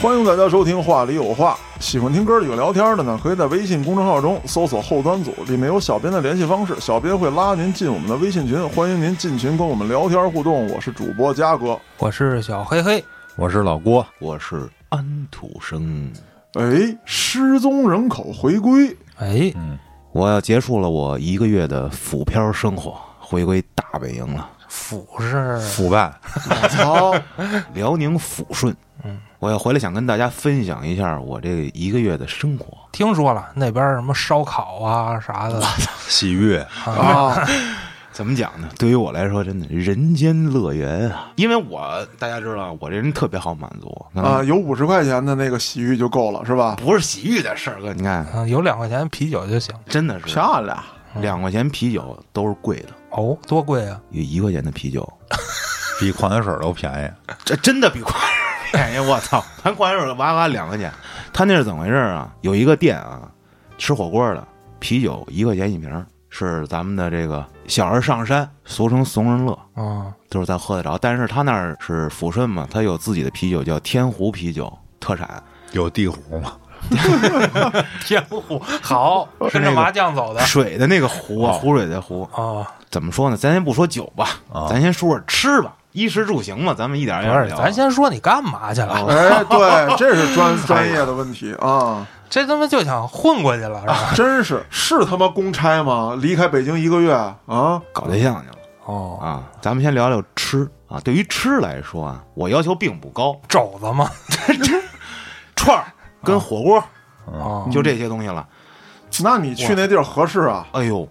欢迎大家收听《话里有话》，喜欢听哥几个聊天的呢，可以在微信公众号中搜索“后端组”，里面有小编的联系方式，小编会拉您进我们的微信群，欢迎您进群跟我们聊天互动。我是主播嘉哥，我是小黑黑，我是老郭，我是安徒生。哎，失踪人口回归，哎，嗯我要结束了我一个月的浮漂生活，回归大本营了，腐是腐败，我操！辽宁抚顺。我要回来想跟大家分享一下我这一个月的生活。听说了那边什么烧烤啊啥 的，喜悦，啊，怎么讲呢？对于我来说，真的人间乐园啊！因为我大家知道，我这人特别好满足啊，，有五十块钱的那个洗浴就够了，是吧？不是洗浴的事儿，哥，你看，嗯，有两块钱啤酒就行。真的是漂亮，两块钱啤酒都是贵的，哦，多贵啊！有一块钱的啤酒，比矿泉水都便宜。这真的比矿泉水便宜。哎我操，咱矿泉水哇哇两块钱，他那是怎么回事儿啊？有一个店啊，吃火锅的啤酒一块钱一瓶儿，是咱们的这个小孩上山，俗称怂人乐，嗯，就是咱喝得着。但是他那儿是抚顺嘛，他有自己的啤酒叫天湖啤酒特产，有地虎吗？天湖 好，跟着麻将走的水的那个湖啊，湖水的湖。哦，怎么说呢？咱先不说酒吧，啊咱先说说吃吧，衣食住行嘛，咱们一点儿不一点儿是，聊。啊咱先说你干嘛去哦了？哎，对，这是专专业的问题啊，这他妈就想混过去了是吧？真是是他妈公差吗？离开北京一个月啊，搞对象去了哦，啊！咱们先聊聊吃啊。对于吃来说啊，我要求并不高，肘子嘛，串儿跟火锅哦，就这些东西了。那你去那地儿合适啊？哎呦，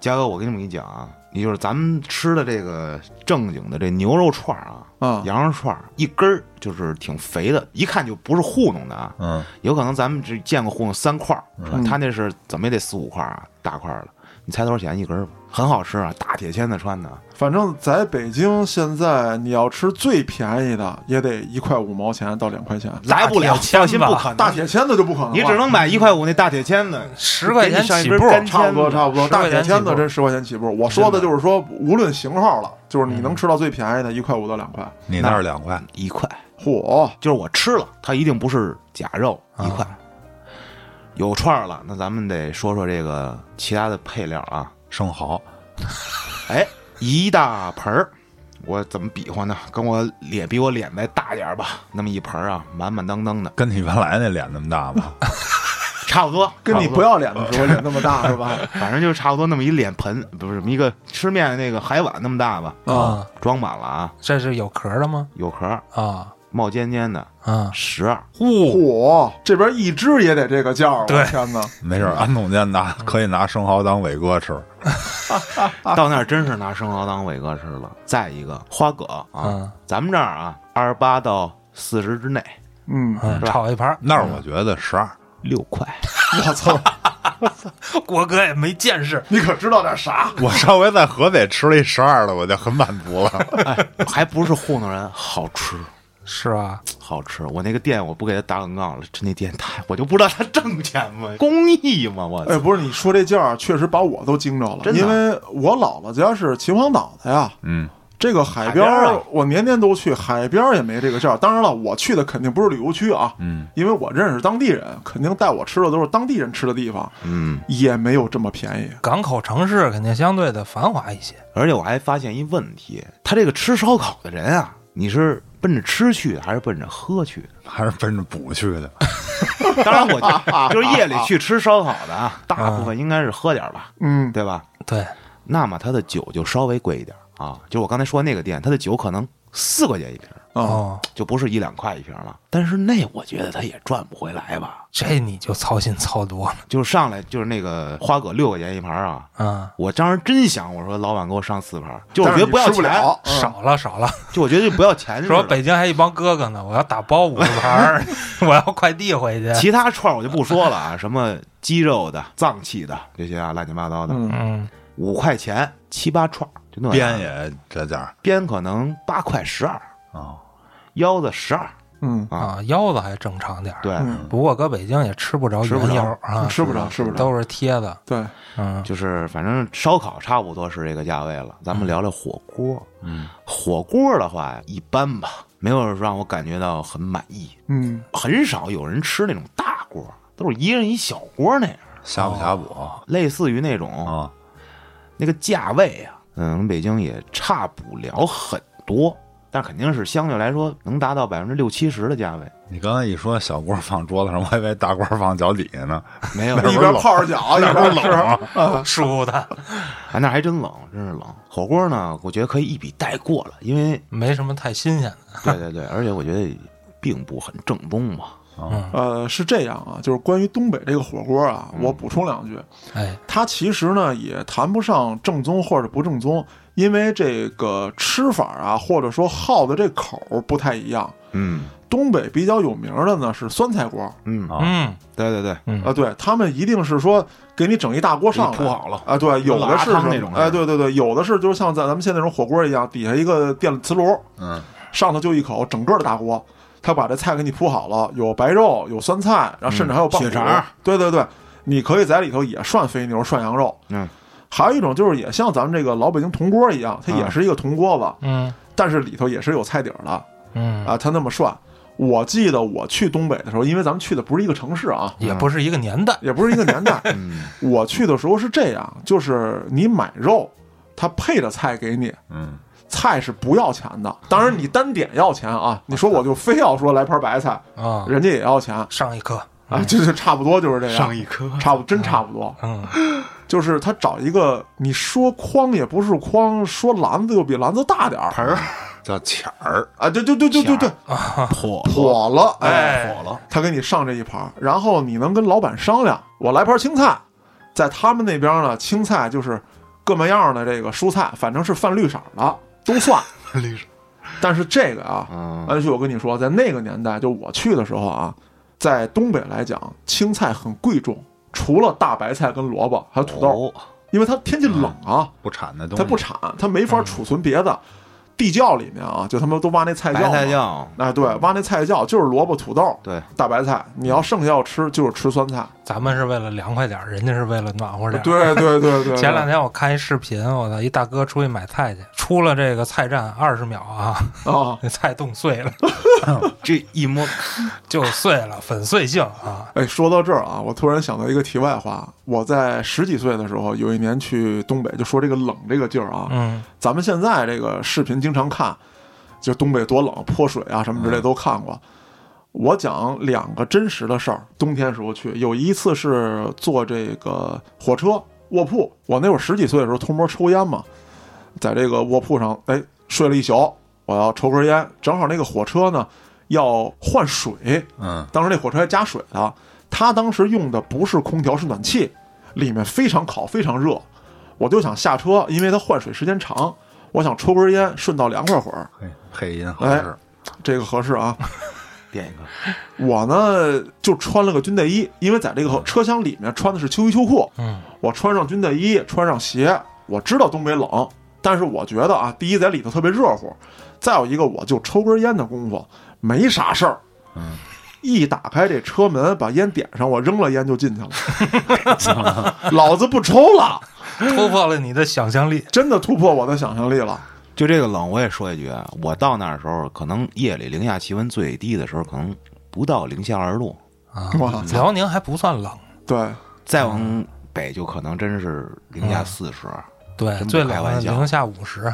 嘉哥，我跟你们讲啊，你就是咱们吃的这个正经的这牛肉串儿啊，啊羊肉串儿一根儿就是挺肥的，一看就不是糊弄的啊。嗯，有可能咱们只见过糊弄三块儿，是吧？他那是怎么也得四五块儿啊，大块儿的。你猜多少钱一根儿吧？很好吃啊，大铁签子穿的啊，反正在北京现在，你要吃最便宜的也得一块五毛钱到两块钱，来不了，铁签嗯放子心不可能，大铁签子就不可能了，哦你只能买一块五那大铁签子，十块钱给你上一起根步，干差不多差不多， 10大块钱铁签起子步真十块钱起步。我说的就是说，无论型号了，就是你能吃到最便宜的，一块五到两块。你那儿两块，一块，嚯，就是我吃了，它一定不是假肉，啊一块。有串儿了，那咱们得说说这个其他的配料啊。生蚝，哎，一大盆儿，我怎么比划呢？跟我脸比我脸再大点儿吧，那么一盆儿啊，满满当当的，跟你原来那脸那么 大吗？差不多，跟你差多不要脸的时候脸那么大是吧？反正就是差不多那么一脸盆，不是一个吃面的那个海碗那么大吧，啊，啊，装满了啊，这是有壳的吗？有壳儿，啊冒尖尖的，啊，十二，嚯，嚯，这边一只也得这个价儿，我对天哪！没事儿，安总监拿可以拿生蚝当伟哥吃，到那儿真是拿生蚝当伟哥吃了。再一个花蛤嗯啊，咱们这儿啊，二十八到四十之内，嗯，嗯，炒一盘儿，那儿我觉得十二。六块，我操，郭哥也没见识， 你可知道点啥？我上回在河北吃了一十二的，我就很满足了。 哎，还不是糊弄人，好吃。是吧？好吃，我那个店我不给他打广告了，这那店太我就不知道他挣钱吗？公益吗？我哎，操！不是，你说这价儿确实把我都惊着了，真的因为我姥姥家是秦皇岛的呀。嗯，这个海边海儿边儿啊我年年都去，海边儿也没这个价儿。当然了，我去的肯定不是旅游区啊，嗯，因为我认识当地人，肯定带我吃的都是当地人吃的地方，嗯，也没有这么便宜。港口城市肯定相对的繁华一些，而且我还发现一问题，他这个吃烧烤的人啊，你是奔着吃去的还是奔着喝去的？还是奔着补去的。当然我就就是夜里去吃烧烤的啊，大部分应该是喝点儿吧，嗯，对吧？对，那么他的酒就稍微贵一点儿啊，就我刚才说那个店，他的酒可能四块钱一瓶儿，啊，哦，就不是一两块一瓶儿了。但是那我觉得他也赚不回来吧，这你就操心操多了就是上来就是那个花蛤六块钱一盘儿啊。啊，我当时真想，我说老板给我上四盘儿，就我但觉是得你不要吃不钱，了，嗯少了少了。就我觉得就不要钱似的。说北京还一帮哥哥呢，我要打包五十盘 儿， 我要快递回去。其他串儿我就不说了啊，什么鸡肉的、脏器的这些啊，乱七八糟的，嗯，嗯，五块钱七八串儿，就那样啊边也这价儿边可能八块十二，啊，腰子十二，嗯，啊啊，腰子还正常点儿。，对，嗯不过搁北京也吃不着吃不原着腰儿啊，吃不着，吃不着，都是贴的。对，嗯，就是反正烧烤差嗯不多是这个价位了。咱们聊聊火锅，嗯，火锅的话一般吧，没有让我感觉到很满意。嗯，很少有人吃那种大锅，都是一人一小锅那样，呷哺呷哺哦类似于那种啊，那个价位啊，嗯，跟北京也差不了很多，但肯定是相对来说能达到百分之六七十的价位。你刚才一说小锅放桌子上，我还以为大锅放脚底下呢，没有，一边泡着脚一那边边吃冷，啊，舒服的，哎，那还真冷，真是冷。火锅呢，我觉得可以一笔带过了，因 为没什么太新鲜的。对对对，而且我觉得并不很正宗嘛。呃，是这样啊，就是关于东北这个火锅啊，嗯我补充两句，哎，它其实呢也谈不上正宗或者不正宗，因为这个吃法啊，或者说好的这口儿不太一样。嗯东北比较有名的呢是酸菜锅啊、嗯，啊嗯，对对对，对他们一定是说给你整一大锅上来，给你铺好了啊、对，有的是跟老鸭汤那种哎、对对对，有的是就是像在咱们现在那种火锅一样，底下一个电磁炉，嗯，上头就一口整个的大锅，他把这菜给你铺好了，有白肉，有酸菜，然后甚至还有棒骨嗯血肠对对对，你可以在里头也涮肥牛、涮羊肉。嗯，还有一种就是也像咱们这个老北京铜锅一样，它也是一个铜锅子，嗯但是里头也是有菜底儿的嗯，啊，它那么涮。我记得我去东北的时候，因为咱们去的不是一个城市啊，也不是一个年代。也不是一个年代。我去的时候是这样，就是你买肉，它配着菜给你，嗯，菜是不要钱的。当然你单点要钱啊，你说我就非要说来盘白菜，啊，人家也要钱上一课，啊，就是差不多就是这样。一颗，差不真差不多，嗯，就是他找一个你说筐也不是筐，说篮子又比篮子大点儿儿叫浅儿，啊，对对对对对对，破 妥了，哎，哎，了，他给你上这一盘儿，然后你能跟老板商量，我来盘青菜，在他们那边呢，青菜就是各模样儿的这个蔬菜，反正是泛绿色儿的都算绿色。但是这个啊，嗯安旭，我跟你说，在那个年代，就我去的时候啊，在东北来讲，青菜很贵重，除了大白菜跟萝卜，还有土豆，哦因为它天气冷啊，不产的东西，它不产，它没法储存别的。地窖里面啊，就他妈都挖那菜窖嘛，白菜窖，哎，对，挖那菜窖就是萝卜、土豆、对，大白菜。你要剩下要吃，就是吃酸菜。咱们是为了凉快点儿，人家是为了暖和点儿。对对对对，前两天我看一视频，我操，一大哥出去买菜去，出了这个菜站二十秒啊，啊，那菜冻碎了，啊这一摸就碎了，粉碎性啊，哎，说到这儿啊，我突然想到一个题外话。我在十几岁的时候，有一年去东北，就说这个冷这个劲儿啊，嗯咱们现在这个视频经常看，就东北多冷，泼水啊什么之类都看过。我讲两个真实的事儿，冬天时候去，有一次是坐这个火车卧铺，我那会儿十几岁的时候偷摸抽烟嘛，在这个卧铺上哎睡了一宿，我要抽根烟，正好那个火车呢要换水，嗯，当时那火车还加水呢，他当时用的不是空调，是暖气，里面非常烤，非常热。我就想下车，因为它换水时间长，我想抽根烟，顺道凉快会儿，嘿，配音合适，这个合适啊。点一个，我呢就穿了个军队衣，因为在这个车厢里面穿的是秋衣秋裤，嗯我穿上军队衣，穿上鞋，我知道东北冷，但是我觉得啊，第一在里头特别热乎，再有一个我就抽根烟的功夫，没啥事儿。嗯，一打开这车门，把烟点上，我扔了烟就进去了，老子不抽了，突破了你的想象力，真的突破我的想象力了。就这个冷，我也说一句啊，我到那儿的时候，可能夜里零下气温最低的时候，可能不到零下二十度，啊哇，辽宁还不算冷，对，再往北就可能真是零下四十、对，真不最开冷玩的笑零下五十，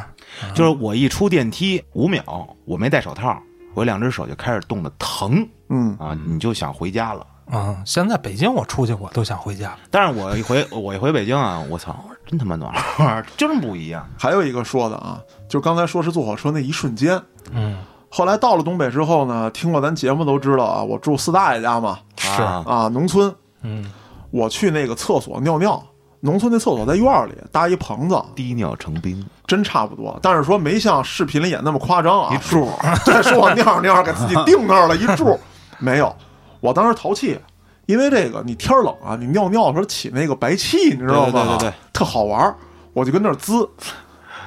就是我一出电梯五秒，我没戴手套，我两只手就开始冻得疼嗯，啊，你就想回家了。嗯，现在北京我出去我都想回家，但是我一回 我一回北京啊，我操，真他妈暖和， 真不一样。还有一个说的啊，就刚才说是坐火车那一瞬间，嗯，后来到了东北之后呢，听过咱节目都知道啊，我住四大爷家嘛，是啊啊，农村，嗯，我去那个厕所尿尿，农村那厕所在院儿里搭一棚子，滴尿成冰，真差不多，但是说没像视频里演那么夸张啊，一柱， 对，说我尿尿给自己定那儿了，一 柱，没有，我当时淘气，因为这个你天儿冷啊，你尿尿的时候起那个白气，你知道吗？对对对对对特好玩儿，我就跟那儿滋，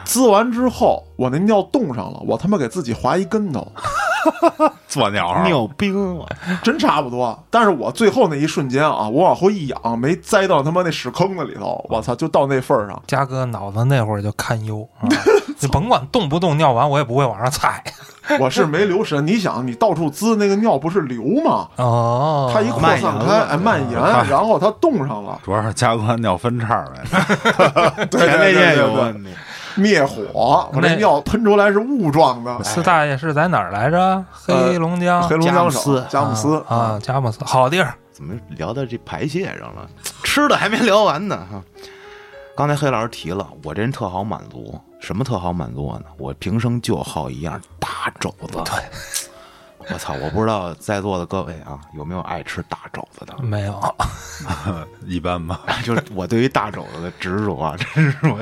滋完之后我那尿冻上了，我他妈给自己划一跟 头，坐鸟上，尿冰了，真差不多。但是我最后那一瞬间啊，我往后一仰，没栽到他妈那屎坑子里头，我操，就到那份儿上。嘉哥脑子那会儿就堪忧，啊你甭管动不动尿完我也不会往上踩，我是没留神。你想，你到处滋那个尿不是流吗？哦，它一扩慢散延开，了哎，蔓延，哎然后它冻上了，主要是加官尿分叉来着，对前对列腺对有对问题，灭火，我这那尿喷出来是雾状的。哎四大爷是在哪儿来着？黑龙江，黑龙哎佳江木省斯佳木斯啊，佳木斯好地儿。怎么聊到这排泄上了？吃的还没聊完呢哈。刚才黑老师提了，我这人特好满足，什么特好满足呢？我平生就好一样大肘子。对，我操！我不知道在座的各位啊，有没有爱吃大肘子的？ 没有，一般吧，就是我对于大肘子的执着啊，真是我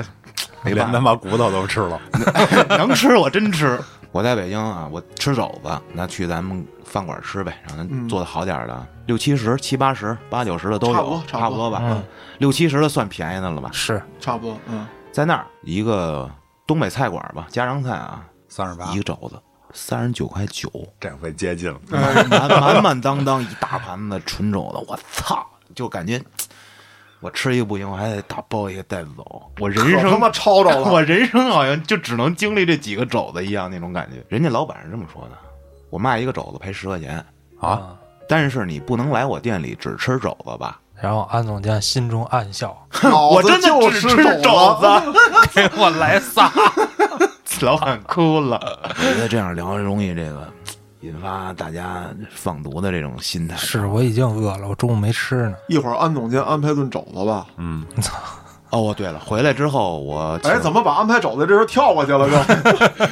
没连办他法，妈骨头都吃了。 能吃我真吃。 我在北京啊，我吃肘子，那去咱们饭馆吃呗，嗯让咱做的好点儿的，六七十、七八十、八九十的都有，差不多差差不多不多吧。嗯，六七十的算便宜的了吧？ 是差不多，嗯，在那儿一个东北菜馆吧，家常菜啊，三十八一，个肘子三十九块九，这回接近了。哎满满满当当一大盘子纯肘子，我操，就感觉我吃一个不行，我还得打包一个带走，我人可他生妈抄着了， 我人生好像就只能经历这几个肘子一样那种感觉。人家老板是这么说的，我卖一个肘子赔十块钱，啊，嗯但是你不能来我店里只吃肘子吧？然后安总监心中暗笑，我我真的就只是哦吃子，肘子。给我来仨。老板哭了。我觉得这样聊容易这个引发大家放毒的这种心态。是我已经饿了，我中午没吃呢。一会儿安总监安排顿肘子吧。嗯，哦，对了，回来之后我哎，怎么么把安排肘子这时候跳过去了？就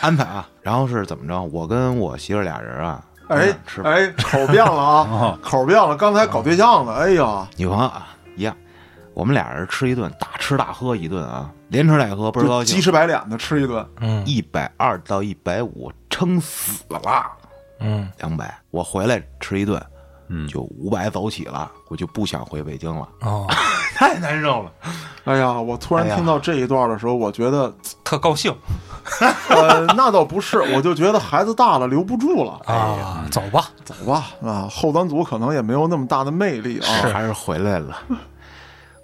安排啊？ 然后是怎么着？我跟我媳妇儿俩人啊，哎 嗯吃哎，口变了 哦啊，口变了。刚才搞对象呢，哎呀，女朋友啊一样，我们俩人吃一顿，大吃大喝一顿啊，连吃带喝，倍儿就高鸡兴。翅白脸的吃一顿，嗯一百二到一百五，撑死了。嗯，两百，我回来吃一顿，嗯就五百走起了，我就不想回北京了，哦， 太难受了。哎呀，我突然哎呀听到这一段的时候，我觉得，特高兴呃，那倒不是，我就觉得孩子大了留不住了，啊！走吧，走吧啊，后端组可能也没有那么大的魅力啊。哦还是回来了。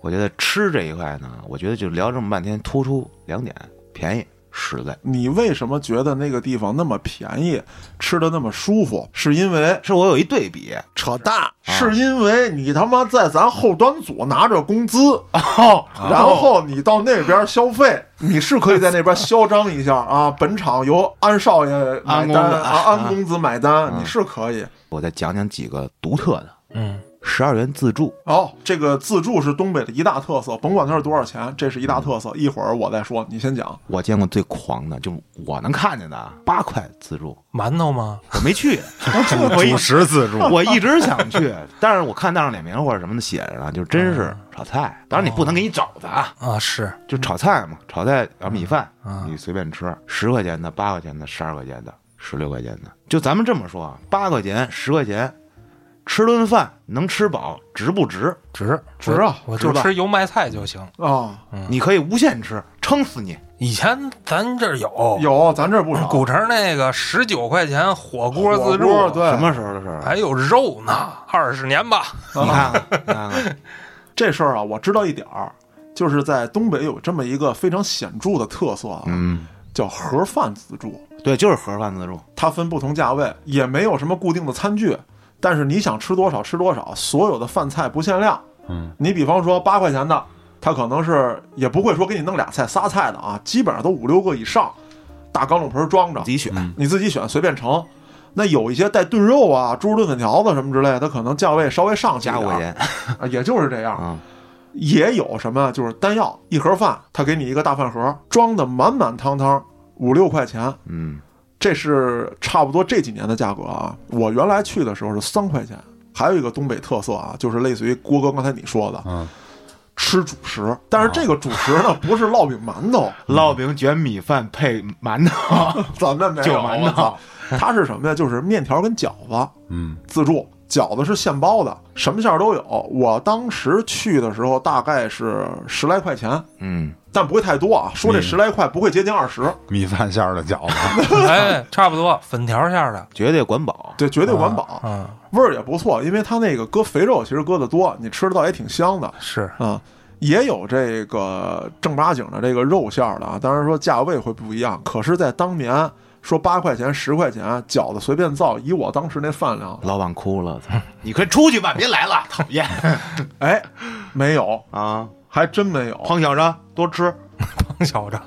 我觉得吃这一块呢，我觉得就聊这么半天，突出两点：便宜、实在。你为什么觉得那个地方那么便宜，吃的那么舒服？是因为是我有一对比，扯淡，是因为你他妈在咱后端组拿着工资，哦 然后你到那边消费，你是可以在那边嚣张一下啊。本场由安少爷买安公单子啊，啊安公子买单，你是可以。我再讲讲几个独特的。嗯，十二元自助，哦，这个自助是东北的一大特色，甭管它是多少钱，这是一大特色。一会儿我再说，你先讲。我见过最狂的，就是我能看见的啊，八块自助，馒头吗？我没 去，我一主食自助，嗯 我一直想去，但是我看大众点评或者什么的写着呢，就嗯真是炒菜。当然你不能给你找的啊，啊，是就炒菜嘛，炒菜然后米饭嗯，你随便吃，十块钱的、八块钱的、十二块钱的、十六块钱的，就咱们这么说啊，八块钱、十块钱，吃顿饭能吃饱，值不值？值值啊我我值就吧吃油麦菜就行。啊，嗯你可以无限吃，撑死你。以前咱这儿有 有咱这儿不少古城那个十九块钱火锅自助，火锅对什么时候的事儿啊？还有肉呢，二十年吧。你 看看，你看看，这事儿啊，我知道一点儿，就是在东北有这么一个非常显著的特色啊，嗯，叫盒饭自助。对，就是盒饭自助，它分不同价位，也没有什么固定的餐具，但是你想吃多少吃多少，所有的饭菜不限量。嗯，你比方说八块钱的，它可能是也不会说给你弄俩菜仨菜的啊，基本上都五六个以上，大钢种盆装着自，己选。嗯你自己选随便盛。那有一些带炖肉啊、猪肉炖粉条子什么之类的，它可能价位稍微上去一加点五儿块钱啊，也就是这样。啊，也有什么就是单要一盒饭，他给你一个大饭盒，装的满满汤汤，五六块钱，嗯，这是差不多这几年的价格啊。我原来去的时候是三块钱。还有一个东北特色啊，就是类似于郭哥刚才你说的，嗯，吃主食，但是这个主食啊呢不是烙饼馒头，烙饼卷米饭配馒 头，咱们没有 就馒头我操它是什么呀？就是面条跟饺子嗯，自助，饺子是现包的，什么馅儿都有。我当时去的时候大概是十来块钱，嗯，但不会太多啊。说这十来块不会接近二十，米饭馅儿的饺子，哎，差不多粉条馅儿的，绝对管饱。对，绝对管饱，嗯，味儿也不错，因为它那个搁肥肉其实搁的多，你吃的倒也挺香的是啊。也有这个正八经的这个肉馅儿的啊，当然说价位会不一样，可是，在当年说八块钱、十块钱饺子随便造，以我当时那饭量，老板哭了，操 你快出去吧，别来 了，讨厌哎，没有，啊！还真没有。胖小子，多吃碰巧着，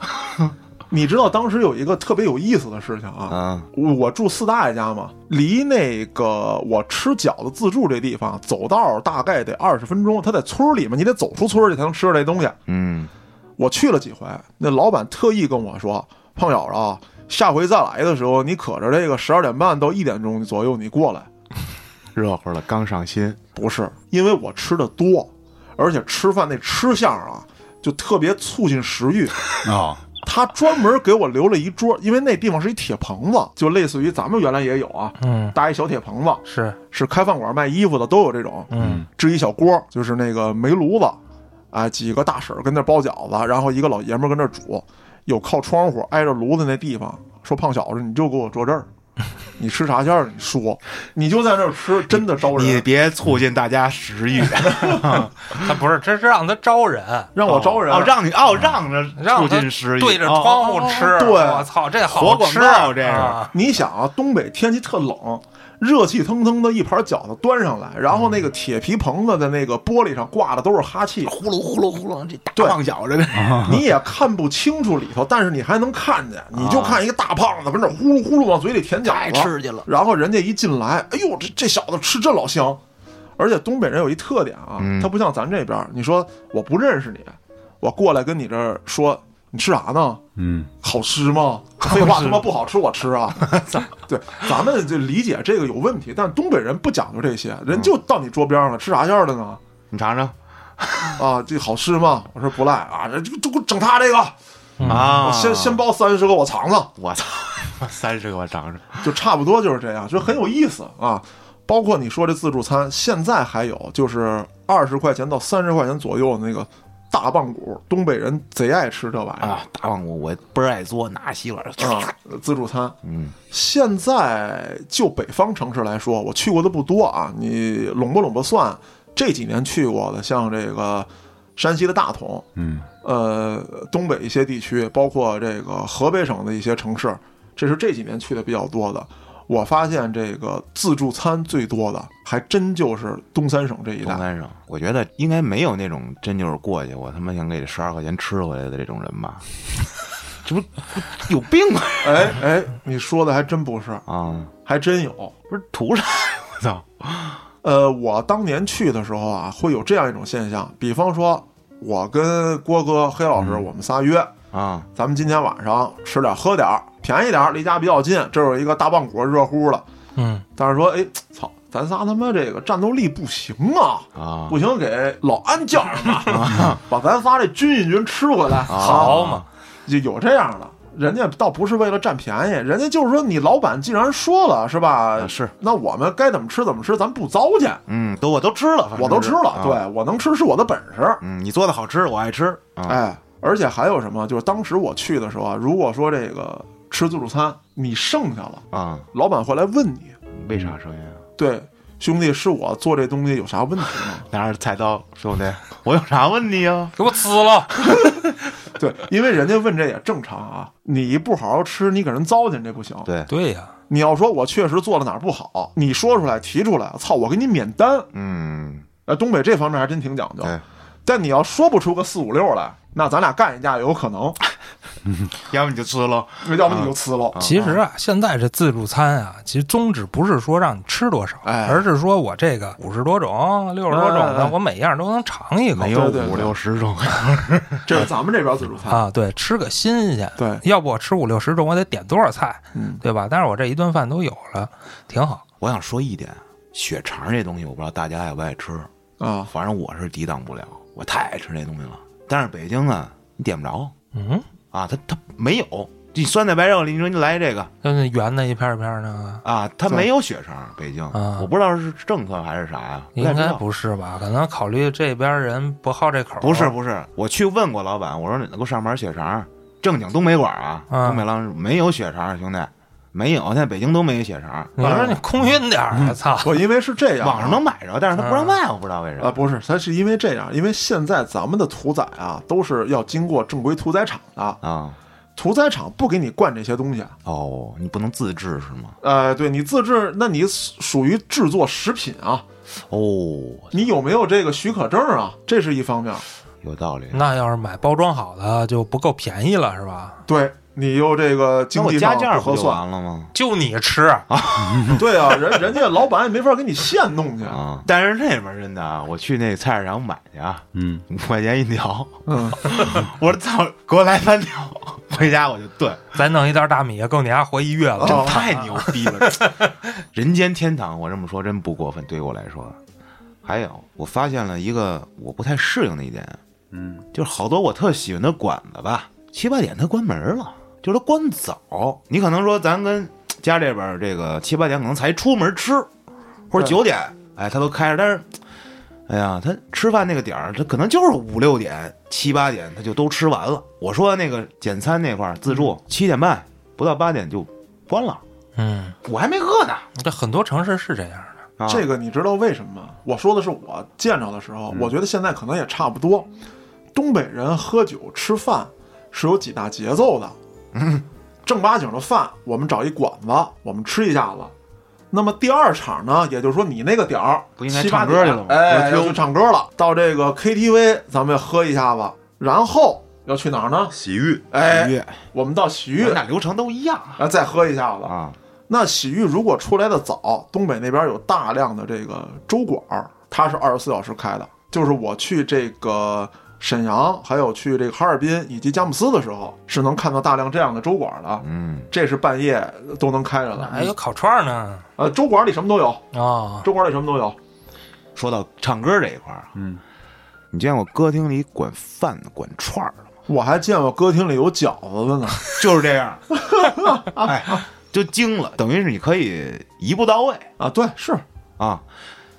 你知道当时有一个特别有意思的事情啊，啊！我我住四大爷家嘛，离那个我吃饺子自助这地方走道大概得二十分钟，他在村儿里嘛，你得走出村儿去才能吃这东西。嗯，我去了几回，那老板特意跟我说：“胖小子啊，下回再来的时候，你可着这个十二点半到一点钟左右你过来。热乎了，刚上心，”不是，因为我吃的多，而且吃饭那吃相啊，就特别促进食欲。啊，他专门给我留了一桌，因为那地方是一铁棚子，就类似于咱们原来也有啊，嗯，搭一小铁棚子，是，是开饭馆卖衣服的都有这种，嗯，支一小锅，就是那个煤炉子，啊，几个大婶儿跟那儿包饺子，然后一个老爷们儿跟那儿煮，有靠窗户挨着炉子那地方，说胖小子你就给我坐这儿，你吃啥馅儿你说，你就在那儿吃，真的招你人，别促进大家食 欲，他不是，这是让他招人，让我招人，啊哦，让你哦，让着让促他进食欲，对着哦窗户吃。哦哦对我操，这好活广吃告这是啊你想啊，东北天气特冷，热气腾腾的一盘饺子端上来，然后那个铁皮棚子的那个玻璃上挂的都是哈气，呼噜呼噜呼噜，这大对胖小子这你也看不清楚里头，但是你还能看见，你就看一个大胖子跟这呼噜呼噜往嘴里填饺子，去了，然后人家一进来，哎呦，这这小子吃真老香。而且东北人有一特点啊，嗯他不像咱这边儿，你说我不认识你，我过来跟你这儿说你吃啥呢？嗯，好吃吗？废话，他妈不好吃，我吃啊！ 对，咱们就理解这个有问题，但东北人不讲究这些，人就到你桌边上了，吃啥馅儿的呢？ 你尝尝啊，这好吃吗？我说不赖啊，这这给我整他这个，啊我先先包三十个，我尝尝，我操， 三十个我尝尝，就差不多就是这样，就很有意思啊。包括你说这自助餐，现在还有就是二十块钱到三十块钱左右那个大棒骨，东北人贼爱吃这玩意儿啊，大胖我我倍儿爱嘬，拿吸管儿，啊、自助餐。嗯，现在就北方城市来说，我去过的不多啊。你拢吧拢吧算，这几年去过的，像这个山西的大同，嗯，呃，东北一些地区，包括这个河北省的一些城市，这是这几年去的比较多的。我发现这个自助餐最多的，还真就是东三省这一东带。三省，我觉得应该没有那种真就是过去，我他妈想给这十二块钱吃回来的这种人 吧？这不有病吗？哎哎，你说的还真不是，啊，还真有。不是图啥呀？我操！呃，我当年去的时候啊，会有这样一种现象，比方说，我跟郭哥、黑老师，我们仨约，啊，咱们今天晚上吃点儿喝点儿，便宜点儿，离家比较近，这有一个大棒骨热乎的。嗯，但是说，哎，操，咱仨他妈这个战斗力不行啊，啊不行给老安叫上吧， 把咱仨这均一均吃回来，好嘛，就有这样的。人家倒不是为了占便宜，人家就是说你老板既然说了是吧？啊是，那我们该怎么吃怎么吃，咱不糟践。嗯，都我都吃了，反正我都吃了，是，啊对我能吃是我的本事。嗯，你做的好吃，我爱吃，啊，哎，而且还有什么？就是当时我去的时候啊，如果说这个吃自助餐你剩下了，啊，老板会来问你，为啥声音啊？对，兄弟，是我做这东西有啥问题吗？ 拿着菜刀，兄弟， 我有啥问题啊？给我呲了，对，因为人家问这也正常啊，你不好好吃，你给人糟践这不行。对， 对呀，你要说我确实做了哪儿不好，你说出来提出来，操，我给你免单。嗯，呃，东北这方面还真挺讲究对，但你要说不出个四五六来，那咱俩干一架也有 可能，要不你就吃喽，要不你就呲喽。其实啊，现在这自助餐啊，其实宗旨不是说让你吃多少，哎而是说我这个五十多种、六十多种哎哎的哎，我每样都能尝一口。没有对对五六十种， 这是咱们这边自助餐，啊，对，吃个新鲜。对要不我吃五六十种，我得点多少菜，嗯，对吧？但是我这一顿饭都有了，挺好。我想说一点，血肠这东西我不知道大家爱不爱吃，啊，反正我是抵挡不了，我太爱吃这东西了。但是北京啊，你点不着嗯，啊，它它没有，你酸菜白肉，你说你来这个就是圆的一片儿一片儿那个，啊，它对没有血肠，北京，啊我不知道是政策还是啥呀、不太应知该道。不是吧？可能考虑这边人不好这口儿。不是不是，我去问过老板，我说你能给我上盘血肠，正经东北馆啊，啊东北狼没有血肠，兄弟，没有，现在北京都没有血肠，你说你空运点儿，啊嗯操！我因为是这样啊，网上能买着，但是他不让卖，我不知道为啊，啥。不是，它是因为这样，因为现在咱们的屠宰啊，都是要经过正规屠宰场的，啊，屠宰场不给你灌这些东西啊。哦，你不能自制是吗？呃，对你自制，那你属属于制作食品啊，哦，你有没有这个许可证啊？这是一方面。有道嗯理。那要是买包装好的就不够便宜了，是吧？对你又这个那经我济加上价不不合就算，完了吗？就你吃， 对啊，人人家老板也没法给你现弄去。啊！但是那边儿真的啊，我去那菜市场买去啊，嗯，五块钱一条，嗯， 我说操，给我来三条，回家我就炖，再弄一袋大米，够你丫活一月了。哦太牛逼了， 人间天堂！我这么说真不过分，对于我来说。还有，我发现了一个我不太适应的一点，嗯，就是好多我特喜欢的馆子吧，七八点它关门了，就是它关早。你可能说咱跟家这边儿这个七八点可能才出门吃，或者对九点，哎，它都开着，但是。哎呀，他吃饭那个点儿，他可能就是五六点、七八点，他就都吃完了。我说那个简餐那块儿自助，七点半不到八点就关了，嗯，我还没饿呢。这很多城市是这样的。啊、这个你知道为什么吗？我说的是我见着的时嗯候，我觉得现在可能也差不多。东北人喝酒吃饭是有几大节奏的。嗯正八经的饭，我们找一馆子，我们吃一下子。那么第二场呢，也就是说你那个点儿不应该七八唱歌去点了吗哎，我要听去唱歌了。到这个 KTV，咱们喝一下子，然后要去哪儿呢？洗浴哎，月，我们到洗浴咱，俩流程都一样啊。然后再喝一下子。啊那洗浴如果出来的早，东北那边有大量的这个粥馆儿，它是二十四小时开的。就是我去这个沈阳，还有去这个哈尔滨以及佳木斯的时候，是能看到大量这样的粥馆儿的。嗯，这是半夜都能开着那的。还有烤串呢。呃，粥馆里什么都有，嗯哦，粥馆里什么都有。说到唱歌这一块儿，啊嗯，你见过歌厅里管饭的、管串儿的吗？我还见过歌厅里有饺子的呢。就是这样， 哎，就惊了，等于是你可以一步到位啊，对，是啊。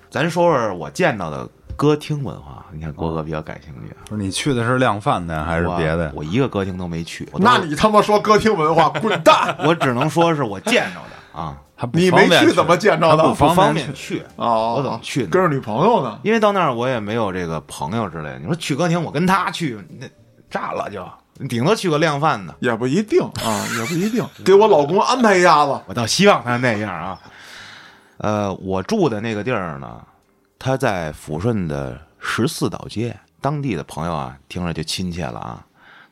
咱说说我见到的歌厅文化，你看郭哥比较感兴趣啊，不是你去的是量贩的还是别的呀？我我一个歌厅都没去，我都那你他妈说歌厅文化，滚 蛋！我只能说是我见着的啊，还不你方没便去怎么见着的还不不方便便去，哦，我怎么去呢跟着女朋友呢？因为到那儿我也没有这个朋友之类的。你说去歌厅，我跟他去，那炸了就，你顶多去个量贩的。也不一定 啊，也不一定。给我老公安排一下子。我倒希望他那样啊。呃，我住的那个地儿呢，它在抚顺的十四岛街。当地的朋友啊，听着就亲切了啊。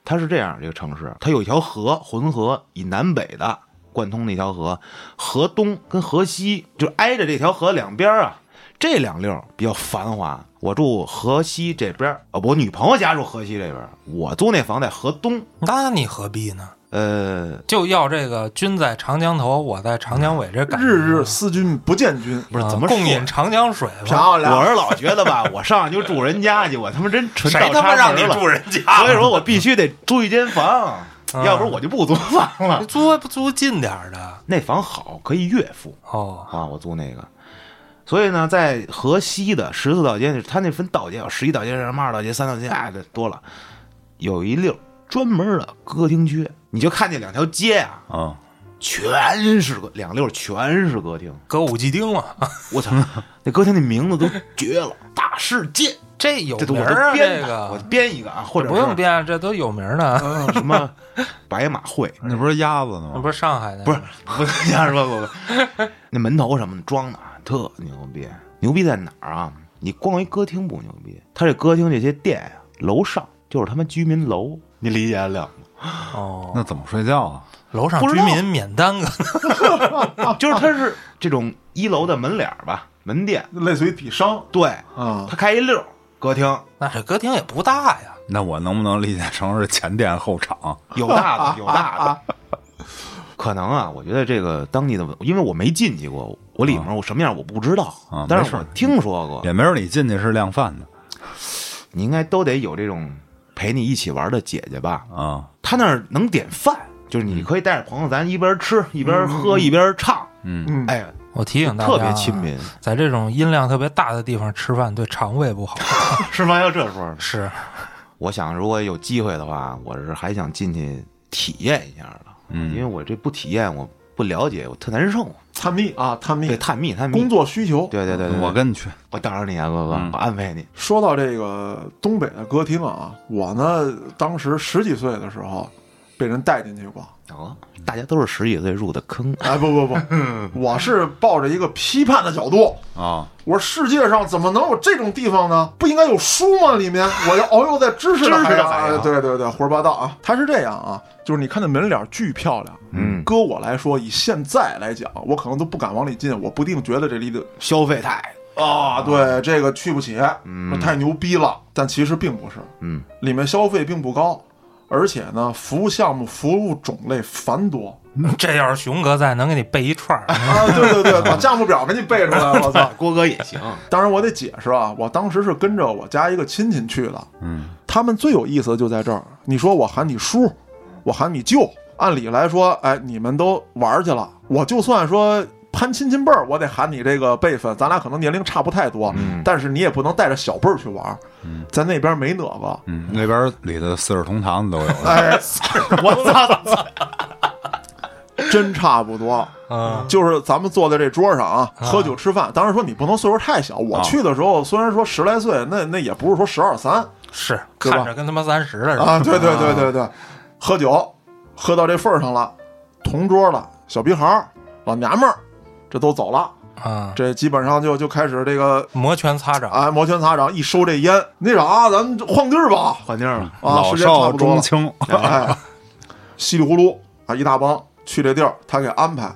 它是这样，这个城市，它有一条河，浑河以南北的贯通的一条河，河东跟河西就挨着这条河两边啊，这两溜儿比较繁华。我住河西这边儿，呃，我女朋友家住河西这边儿，我租那房在河东。那你何必呢？呃，就要这个君在长江头，我在长江尾这感觉。日日思君不见君，不是啊怎么说共饮长江水吧？漂亮。我是老觉得吧，我上去就住人家去，我他妈真纯谁他妈让你住人人家？所以说我必须得租一间房，嗯要不然我就不租房了你。租还不租近点儿的？那房好，可以月付哦，啊，我租那个。所以呢，在河西的十四道街，它那分道街有十一道街、什么二道街、三道街，哎，这多了，有一溜专门的歌厅区，你就看见两条街啊，啊？全是歌，两溜全是歌厅。歌舞伎町了，我操，那歌厅那名字都绝了，大世界。这有这都名我儿都啊，编这的，我个编一个啊，或者不是用编，这都有名儿呢。嗯什么白马会，那不是鸭子呢那吗？不是上海的，不是不是 瞎说，不不，那门头什么的装的啊，特牛逼，牛逼在哪儿啊？你光一歌厅不牛逼，他这歌厅这些店呀、楼上就是他妈居民楼，你理解得了吗？哦，那怎么睡觉啊？楼上不知居道民免单个， 啊就是它是这种一楼的门脸儿吧，门店，类似于底商对，啊他，开一溜儿歌厅，那这歌厅也不大呀。那我能不能理解成是前店后厂？有大的有大的。可能啊，我觉得这个当地的文，因为我没进去过，我里面我什么样我不知道，啊但没是事我听说过，也没准你进去是量贩的你应该都得有这种陪你一起玩的姐姐吧？啊。她那儿能点饭，就是你可以带着朋友，咱一边吃一边喝一边唱，嗯，嗯，哎呀，我提醒大家，啊特别亲，民，在这种音量特别大的地方吃饭对肠胃不好。是吗？要这说呢，是，我想如果有机会的话，我是还想进去体验一下的，嗯因为我这不体验，我不了解，我特难受，探秘啊，探秘对，，探秘探秘，工，作需求。对对对对，我跟你去，我告诉你啊，哥哥，嗯我安慰你，说到这个东北的歌厅啊，我呢当时十几岁的时候，被人带进去过。哦，大家都是十几岁入的坑，哎，不不 不，我是抱着一个批判的角度，啊，我说世界上怎么能有这种地方呢？不应该有书吗？里面我要遨游在知识的海知识洋。的海洋哎对对对，胡说八道啊！它是这样啊，就是你看那门脸儿巨漂亮，嗯搁我来说，以现在来讲，我可能都不敢往里进，我不一定觉得这离得消费太啊，对这个去不起，太牛逼了。但其实并不是，嗯，里面消费并不高，而且呢，服务项目、服务种类繁多。 这要是熊哥在，能给你备一串儿。啊，对对对， 把价目表给你背出来，我操！郭哥也行，当然我得解释啊，我当时是跟着我家一个亲戚去的，嗯，他们最有意思的就在这儿。你说我喊你叔，我喊你舅，按理来说，哎，你们都玩儿去了，我就算说。攀亲戚辈儿，我得喊你这个辈分，咱俩可能年龄差不太多，嗯但是你也不能带着小辈儿去玩儿，在那边没哪个，嗯，那边里头四世同堂的都有了，哎， 我操，真差不啊多。嗯，就是咱们坐在这桌上啊，喝酒吃饭。当然说你不能岁数太小，我啊去的时候虽然说十来岁，那那也不是说十二三 是对吧看着跟他妈三十了似的。啊。对对对对对，喝酒喝到这份儿上了，同桌了，小逼孩儿、老娘们儿，这都走了，嗯，这基本上就就开始这个摩拳擦掌，哎摩拳擦掌，一收这烟，那啥，咱们换地儿吧，换地儿了，啊，老时间差少不多了中。青，哎， 稀里糊涂啊，一大帮去这地儿，他给安排，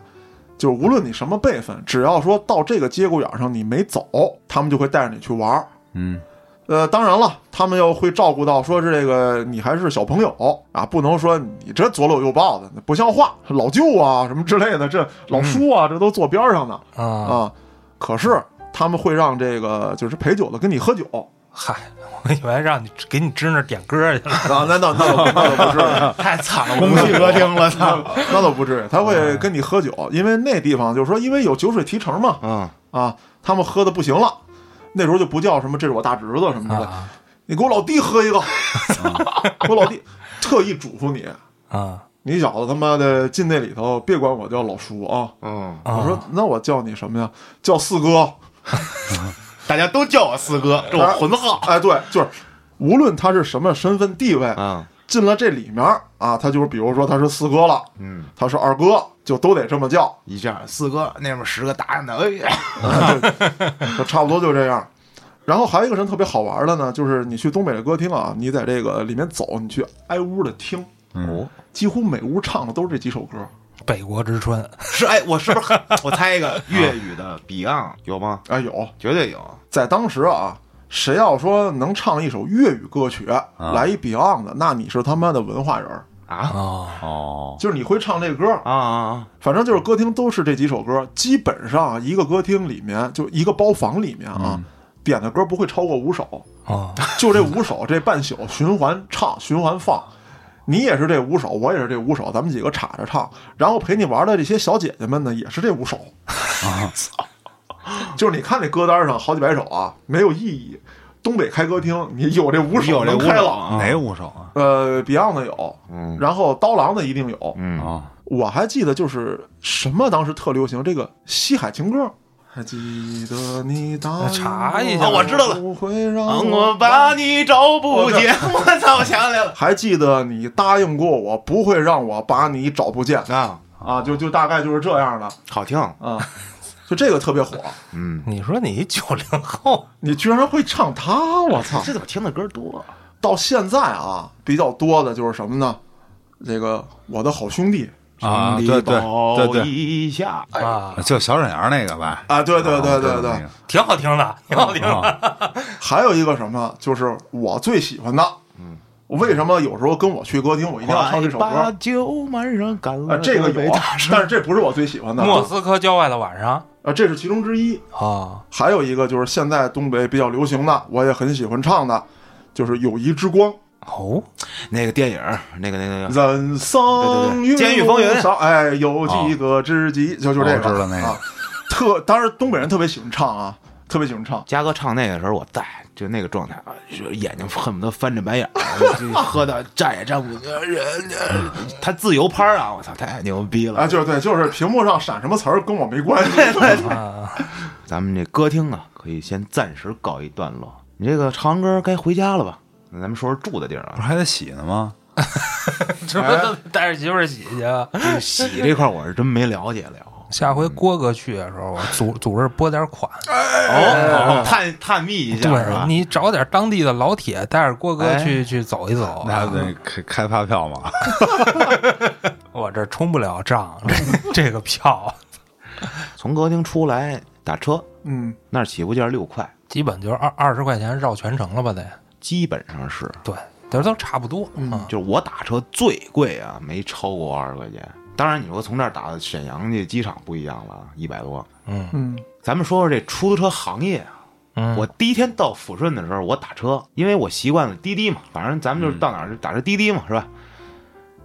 就是无论你什么辈分，只要说到这个节骨眼儿上你没走，他们就会带着你去玩儿。嗯，呃，当然了，他们要会照顾到说是这个你还是小朋友啊，不能说你这左搂右抱的，不像话，老舅啊什么之类的，这老叔啊，这都坐边儿上呢嗯，啊。可是他们会让这个就是陪酒的跟你喝酒 嗨，我以为让你给你支那儿点歌去了， 啊，那那那倒那倒不是。太惨了，我恭喜哥听了，操， 那倒不至于，他哎会跟你喝酒，因为那地方就是说，因为有酒水提成嘛，嗯，啊，他们喝的不行了，那时候就不叫什么这是我大侄子什么的，啊你给我老弟喝一个， 我老弟特意嘱咐你，啊你小子他妈的进那里头别管我叫老叔啊，嗯，啊！我说那我叫你什么呀？叫四哥，大家都叫我四哥，这我浑号，哎，对，就是无论他是什么身份地位，啊嗯进了这里面啊，他就是比如说他是四哥了，嗯，他是二哥，就都得这么叫，一下四哥那边十个答应的，哎呀，就 差不多就这样。然后还有一个人特别好玩的呢，就是你去东北的歌厅啊，你在这个里面走，你去挨屋的听，嗯，几乎每屋唱的都是这几首歌。北国之春，是哎，我是不 是我猜一个粤语的 Beyond 有吗？哎，有，绝对有，在当时啊，谁要说能唱一首粤语歌曲，来一 Beyond 的，那你是他妈的文化人儿，哦，哦，就是你会唱这歌。啊啊反正就是歌厅都是这几首歌，基本上啊一个歌厅里面就一个包房里面啊，点的歌不会超过五首。哦，就这五首，这半宿循环唱，循环放。你也是这五首，我也是这五首，咱们几个插着唱。然后陪你玩的这些小姐姐们呢，也是这五首。 就是你看这歌单上好几百首啊，没有意义。东北开歌厅，你有这五啊，首有这能屋开了了。啊哪五首啊？呃，Beyond 的有，嗯然后刀郎的一定有。嗯，啊，我还记得就是什么当时特流行这个西海情歌。还记得你答应查一下我我知道了不会让我把你找不见，啊我操，我想起来了还记得你答应过我，不会让我把你找不见啊，啊，就就大概就是这样的好听，啊，就这个特别火。嗯，你说你一九零后，你居然会唱它，我操！这怎么听的歌多？到现在啊，比较多的就是什么呢？这个我的好兄弟啊对对对对一下，啊，就小沈阳那个吧？啊，对对对对对，啊挺好听的，挺好听的。还有一个什么，就是我最喜欢的，嗯，为什么有时候跟我去歌厅，我一定要唱这首歌把啊？酒满上干了，这个有啊，但是这不是我最喜欢的，莫斯科郊外的晚上啊，这是其中之一。啊，还有一个就是现在东北比较流行的，我也很喜欢唱的，就是《友谊之光》。哦， 那个电影，那个那个那个，人生对对对监狱风云上哎，有几个知己，就就这个，哦知道那个啊。特，当然东北人特别喜欢唱啊，特别喜欢唱。嘉哥唱那个时候我在，就那个状态，啊，就眼睛恨不得翻着白眼儿，就喝的站也站不住，人家他自由拍啊，我操，太牛逼啊，了！就是对，就是屏幕上闪什么词儿跟我没关系。啊，咱们这歌厅啊，可以先暂时告一段落。你这个唱完歌该回家了吧？那咱们说说住的地儿不 是啊，还得洗呢吗？ 这不都带着媳妇儿洗去啊？这洗这块儿我是真没了解了。下回郭哥去的时候，我组组织拨点款， 哦，探探秘一下是吧对？你找点当地的老铁，带着郭哥去去走一走。啊那得开开发票嘛。我这充不了账， 这这个票从歌厅出来打车，嗯，那儿起步价六块，基本就是二二十块钱绕全程了吧得？基本上是，对，都都差不多。嗯，就是我打车最贵啊，没超过二十块钱。当然，你说从这儿打到沈阳去机场不一样了，一百多。嗯，咱们说说这出租车行业啊。嗯我第一天到抚顺的时候，我打车，因为我习惯了滴滴嘛，反正咱们就是到哪儿就打车滴滴嘛，是吧？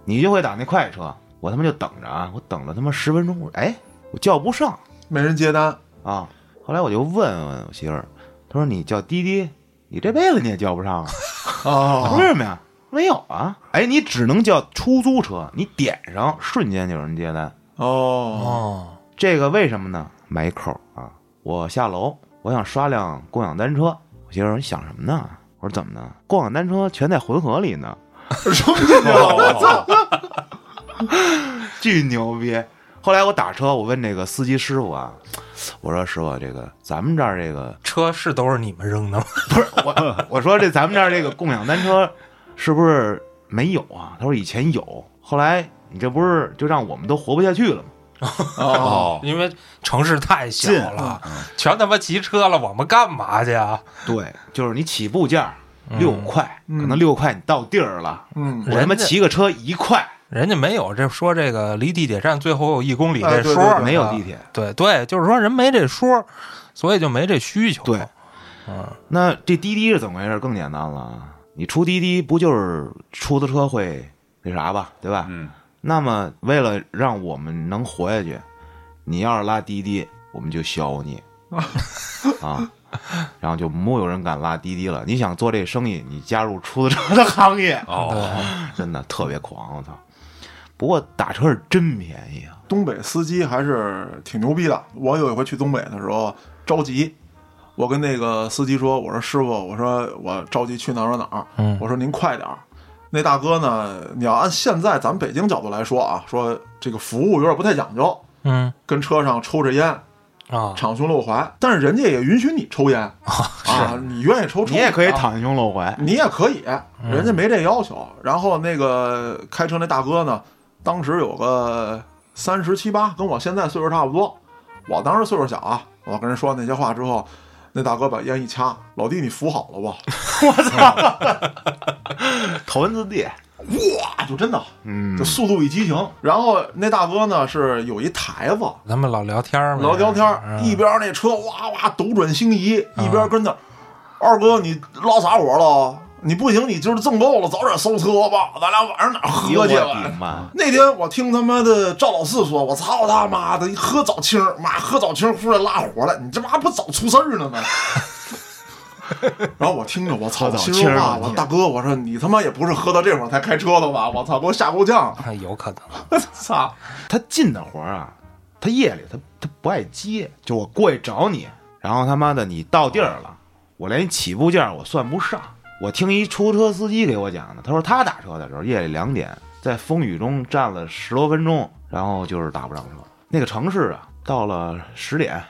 你就会打那快车，我他妈就等着啊，我等了他妈十分钟，我说哎，我叫不上没人接单，啊。后来我就问问我媳妇儿，她说你叫滴滴，你这辈子你也叫不上啊？哦，为什么呀？没有啊？哎，你只能叫出租车，你点上瞬间就有人接单。 哦，哦，这个为什么呢？买口啊！我下楼，我想刷辆共享单车。我媳妇说：“你想什么呢？”我说：“怎么呢？共享单车全在浑河里呢，扔进去了，我操！巨牛逼！”后来我打车，我问这个司机师傅啊，我说：“师傅，这个咱们这儿这个车是都是你们扔的吗？ 不是我，我说这咱们这儿这个共享单车是不是没有啊？”他说：“以前有，后来你这不是就让我们都活不下去了吗？” 哦，因为城市太小近了，全他妈骑车了，我们干嘛去啊？对，就是你起步价六块，嗯可能六块你到地儿了，嗯，我他妈人家骑个车一块，人家没有这说这个离地铁站最后有一公里哎这对说对呢，对没有地铁。啊对对，就是说人没这说，所以就没这需求。对，那这滴滴是怎么回事？更简单了，啊你出滴滴不就是出租车会那啥吧，对吧？嗯，那么为了让我们能活下去，你要是拉滴滴，我们就削 你啊。然后就没有人敢拉滴滴了。你想做这生意，你加入出租车的行业，哦， 真的特别狂，我操！不过打车是真便宜啊，东北司机还是挺牛逼的。我有一回去东北的时候着急，我跟那个司机说：“我说师傅，我说我着急去哪儿哪儿哪儿，嗯我说您快点儿。”那大哥呢？你要按现在咱们北京角度来说啊，说这个服务有点不太讲究，嗯跟车上抽着烟，啊，敞胸露怀，但是人家也允许你抽 烟啊你愿意抽抽，你也可以啊袒胸露 怀。你也可以，人家没这要求。然后那个开车那大哥呢，当时有个三十七八，跟我现在岁数差不多。我当时岁数小啊，我跟人说那些话之后，那大哥把烟一掐，老弟你扶好了吧？头文字 D，哇，就真的，嗯就速度与激情。然后那大哥呢是有一台子，咱们老聊天儿嘛，老聊天哎儿，嗯一边那车哇哇斗转星移，一边跟那儿二哥你捞啥活了？你不行，你今儿挣够了，早点收车吧，咱俩晚上哪儿喝去吧？嘛，那天我听他妈的赵老四说，我操他妈的，一喝早清儿，妈喝早清儿忽然拉活了，你这妈不早出事儿了吗？ 然后我听着，我操，喝早心清儿说话，了我大哥，我说你他妈也不是喝到这会儿才开车的吧？我操，给我吓够呛！ 哎有可能，操，他进的活儿啊，他夜里他他不爱接，就我过去找你，然后他妈的你到地儿了，我连起步价我算不上。我听一出租车司机给我讲的，他说他打车的时候夜里两点，在风雨中站了十多分钟，然后就是打不上车。那个城市啊，到了十点、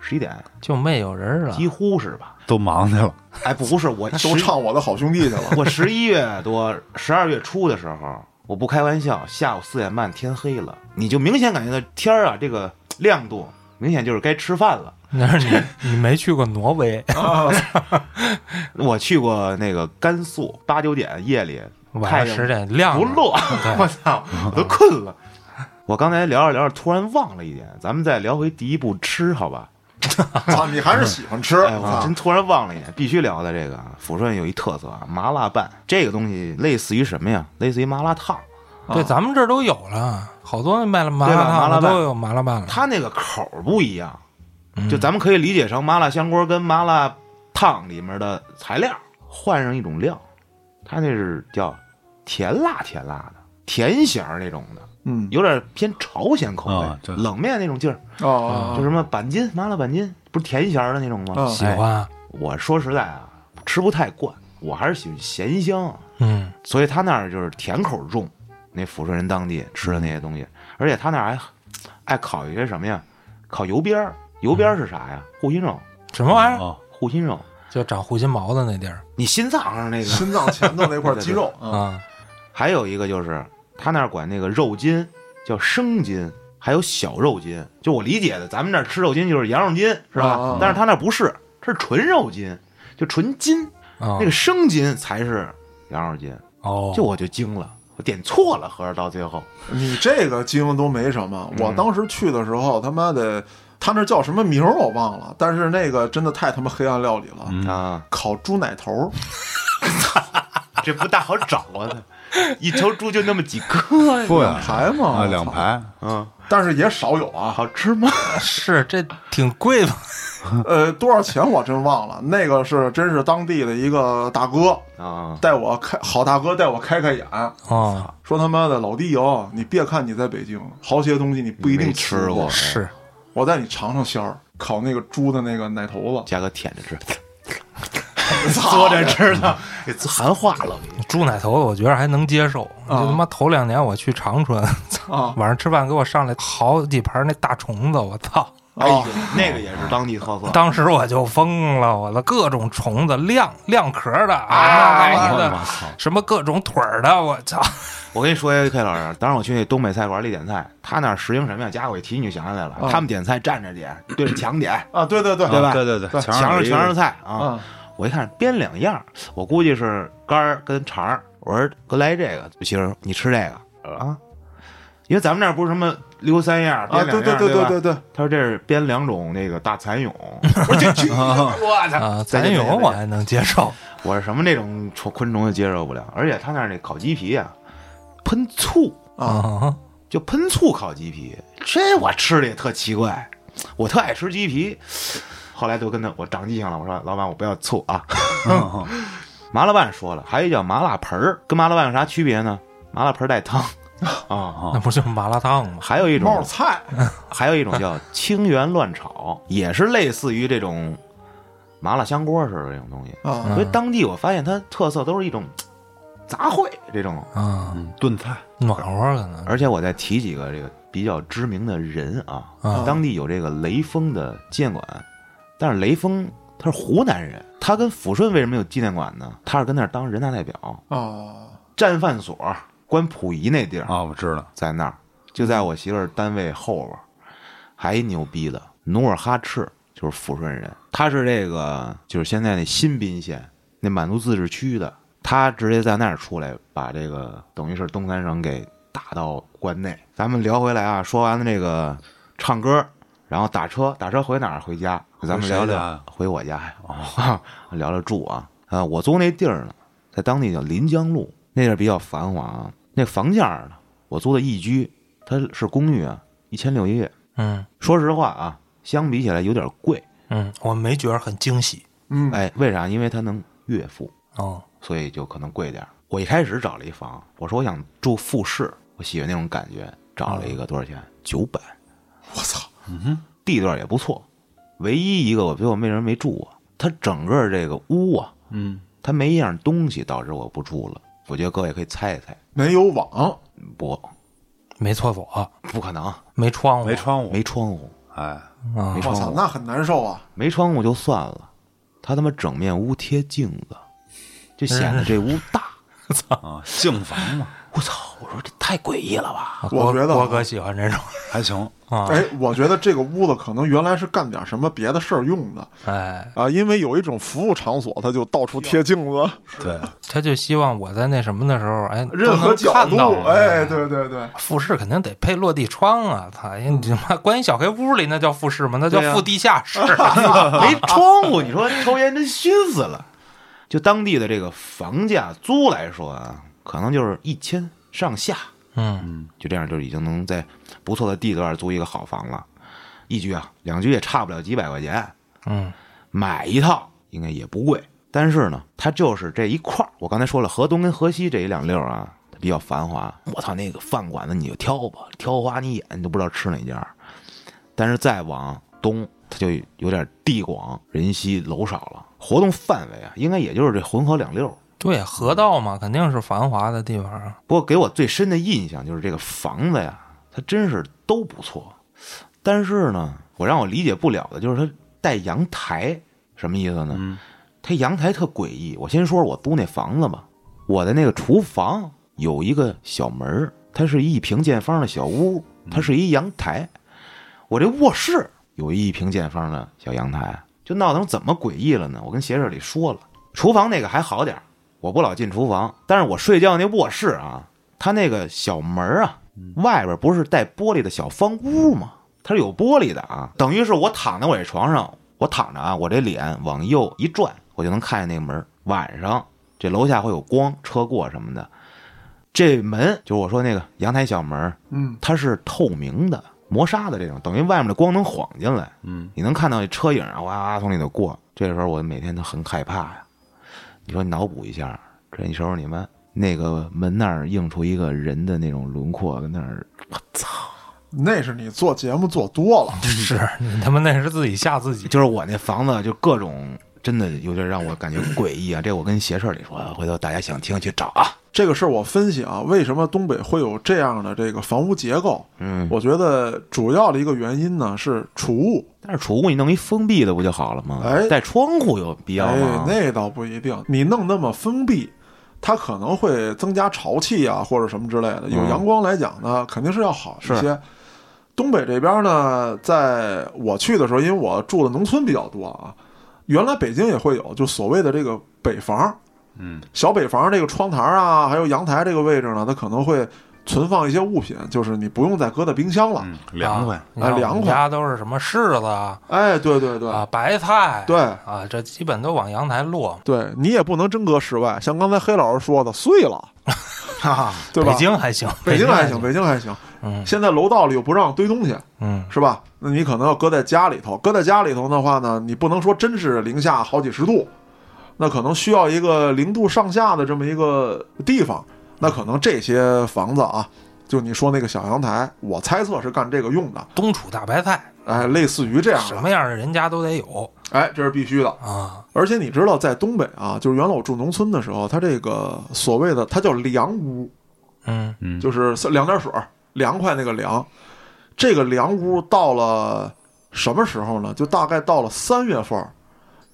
十一点，就没有人儿了。几乎是吧？都忙去了。哎，不是我都十唱我的好兄弟去了。我十一月多、十二月初的时候，我不开玩笑，下午四点半天黑了，你就明显感觉到天儿啊这个亮度，明显就是该吃饭了。那是你你没去过挪威，啊，我去过那个甘肃，八九点夜里晚太上阳十点嗯亮不着落，对我操，我都困了。我刚才聊着聊着，突然忘了一点，咱们再聊回第一步吃，好吧？操，你还是啊喜欢吃，哎，我操真突然忘了一点，必须聊的这个啊抚顺有一特色啊，麻辣拌这个东西类似于什么呀？类似于麻辣烫，啊对，咱们这儿都有了，好多卖了麻对辣吧麻烫辣的拌都有麻辣拌了。它那个口儿不一样，就咱们可以理解成麻辣香锅跟麻辣烫里面的材料换上一种料，它那是叫甜辣甜辣的甜咸儿那种的，嗯，有点偏朝鲜口味，啊这冷面那种劲儿，哦，就什么板筋麻辣板筋，不是甜咸儿的那种吗？哎嗯喜欢啊我说实在啊，吃不太惯，我还是喜欢咸香，啊嗯所以他那儿就是甜口重，那抚顺人当地吃的那些东西，而且他那儿还爱烤一些什么呀？烤油边儿，油边儿是啥呀？护心肉，什么玩意儿？啊，护心肉，就长护心毛的那地儿你心脏上那个。心脏前头那块肌肉嗯啊，啊，还有一个就是他那儿管那个肉筋叫生筋，还有小肉筋。就我理解的，咱们那儿吃肉筋就是羊肉筋是吧？啊啊啊但是他那儿不是，这是纯肉筋，就纯筋，啊那那个生筋才是羊肉筋。啊哦，就我就惊了，我点错了，合着到最后你这个经都没什么。我当时去的时候，他妈的，他那叫什么名儿我忘了，但是那个真的太他妈黑暗料理了，嗯啊，烤猪奶头儿，这不大好找啊，一头猪就那么几个呀， 对两排嘛，啊，我操两，排，嗯，但是也少有啊。好吃吗？是这挺贵 吧？呃，多少钱我真忘了，那个是真是当地的一个大哥啊，带我开，好大哥带我开开眼，哦，说他妈的老地油，你别看你在北京，好些东西你不一定没吃过过，是我带你尝尝鲜儿，烤那个猪的那个奶头 子，加个舔着吃，嘬着吃的，给含化了，嗯猪奶头，我觉得还能接受。啊就他妈头两年我去长春，啊 晚上吃饭给我上来好几盘那大虫子，我 操！哎啊呦！，那个也是当地特色。当时我就疯了，我的各种虫子，亮亮壳的啊啊，那玩意我的，操，什么各种腿儿的，我操！我跟你说一个 K 老师，当时我去那东北菜馆里点菜，他那儿实行什么呀？家伙，一提你就想起来了，嗯他们点菜站着点，对着墙点，啊，对对对，对吧？对对对对，墙墙上有上一全个是菜啊！啊，我一看编两样儿，我估计是肝儿跟肠儿。我说哥来这个，媳妇儿你吃这个啊？因为咱们那儿不是什么溜三样儿，啊，编两对样对儿，对吧对对对，他说这是编两种那个大 蚕蛹，我说这去你妈的我操！啊，再蚕见再蛹见我还能接受，我是什么那种虫昆虫也接受不了，而且他那儿那烤鸡皮啊，喷醋。啊， 啊，就喷醋烤鸡皮，这我吃的也特奇怪，我特爱吃鸡皮。后来就跟他我长记性了，我说老板我不要醋啊。麻辣拌说了，还有一叫麻辣盆儿，跟麻辣拌有啥区别呢？麻辣盆儿带汤啊，那不就是麻辣烫吗？还有一冒种菜还有一种 叫清源乱炒，也是类似于这种麻辣香锅似的这种东西。嗯啊，所以当地我发现它特色都是一种杂烩这种。啊，嗯，炖菜，暖和可能而且我再提几个这个比较知名的人啊，嗯啊当地有这个雷锋的纪念馆，但是雷锋他是湖南人，他跟抚顺为什么有纪念馆呢？他是跟那儿当人大代表，啊，战犯所关溥仪那地儿啊，我知道，在那儿，就在我媳妇儿单位后边儿，还一牛逼的努尔哈赤就是抚顺人，他是这个就是现在那新宾县那满族自治区的，他直接在那儿出来把这个等于是东三省给打到关内。咱们聊回来啊，说完了这个唱歌，然后打车，打车回哪儿？回家。咱们聊回谁家哦聊呀回我家呀， 聊聊住啊啊！我租那地儿呢，在当地叫临江路，那地儿比较繁华啊。那房价呢，我租的一居，它是公寓啊，一千六一月。嗯说实话啊，相比起来有点贵。嗯，我没觉得很惊喜嗯，哎，为啥？因为它能月付，哦，所以就可能贵点儿。我一开始找了一房，我说我想住复式，我喜欢那种感觉，找了一个多少钱？九百，我操，地段也不错。唯一一个我觉得我没人没住过，它整个这个屋啊，嗯，它没一样东西，导致我不住了。我觉得各位可以猜一猜，没有网，不，没厕所，不可能，没窗户，没窗户，没窗户，哎，啊没我窗操，户，那很难受啊，没窗户就算了，他他妈整面屋贴镜子，就显得这屋大。啊，净房嘛，我操！我说这太诡异了吧？啊我郭觉得啊郭哥喜欢这 种还行，啊，哎，我觉得这个屋子可能原来是干点什么别的事儿用的哎，啊，因为有一种服务场所，它就到处贴镜子，对，他就希望我在那什么的时候，哎，任何都能角看度到，我哎，，对对对，复式肯定得配落地窗啊，他你他妈关一小黑屋里那叫复式吗？那叫对啊副地下室，啊 没窗户，你说抽烟真熏死了。就当地的这个房价租来说啊，可能就是一千上下，嗯就这样就已经能在不错的地段租一个好房了。一居啊，两居也差不了几百块钱，嗯买一套应该也不贵。但是呢，它就是这一块儿，我刚才说了，河东跟河西这一两溜儿啊，它比较繁华。我操，那个饭馆子你就挑吧，挑花你眼，你都不知道吃哪家儿。但是再往东，它就有点地广人稀楼少了。活动范围啊，应该也就是这浑河两溜儿。对，河道嘛，肯定是繁华的地方啊。不过给我最深的印象就是这个房子呀，它真是都不错，但是呢，我让我理解不了的就是它带阳台，什么意思呢？嗯它阳台特诡异。我先说说我租那房子吧，我的那个厨房有一个小门儿它是一平见方的小屋，它是一阳台。我这卧室有一平见方的小阳台，就闹腾怎么诡异了呢？我跟鞋舍里说了，厨房那个还好点儿我不老进厨房，但是我睡觉那卧室啊，它那个小门儿啊，外边不是带玻璃的小方屋吗？它是有玻璃的啊，等于是我躺在我这床上，我躺着啊，我这脸往右一转，我就能看见那个门儿。晚上这楼下会有光，车过什么的，这门就是我说那个阳台小门儿，嗯，它是透明的、磨砂的这种，等于外面的光能晃进来，嗯，你能看到这车影啊，哇哇从里头过。这时候我每天都很害怕呀。你说你脑补一下，这时候你们那个门那儿映出一个人的那种轮廓，跟那儿那是你做节目做多了， 是你他妈那是自己吓自己。就是我那房子就各种真的有点让我感觉诡异啊。这我跟邪事儿里说，回头大家想听去找啊。这个事儿我分析啊，为什么东北会有这样的这个房屋结构？嗯，我觉得主要的一个原因呢是储物，但是储物你弄一封闭的不就好了吗？哎带窗户有必要哎吗？，那倒不一定。你弄那么封闭，它可能会增加潮气啊，或者什么之类的。有嗯阳光来讲呢，肯定是要好一是些。东北这边呢，在我去的时候，因为我住的农村比较多啊，原来北京也会有，就所谓的这个北房，嗯，小北房这个窗台啊，还有阳台这个位置呢，它可能会存放一些物品，就是你不用再搁在冰箱了。嗯，凉 快啊，你看啊凉我们快家都是什么柿子啊、哎，对对对，啊白菜，对啊，这基本都往阳台落。对你也不能真搁室外，像刚才黑老师说的，碎了，啊，对吧？北京还行，北京京还还行，，北京还行。嗯现在楼道里又不让堆东西，嗯，是吧？那你可能要搁在家里头。搁在家里头的话呢，你不能说真是零下好几十度，那可能需要一个零度上下的这么一个地方。那可能这些房子啊，就你说那个小阳台，我猜测是干这个用的，冬储大白菜，哎，类似于这样什的，么样的人家都得有哎，这是必须的。啊。而且你知道，在东北啊，就是原来我住农村的时候，它这个所谓的它叫凉屋，嗯，嗯就是两点水儿，凉快那个凉。这个凉屋到了什么时候呢？就大概到了三月份儿，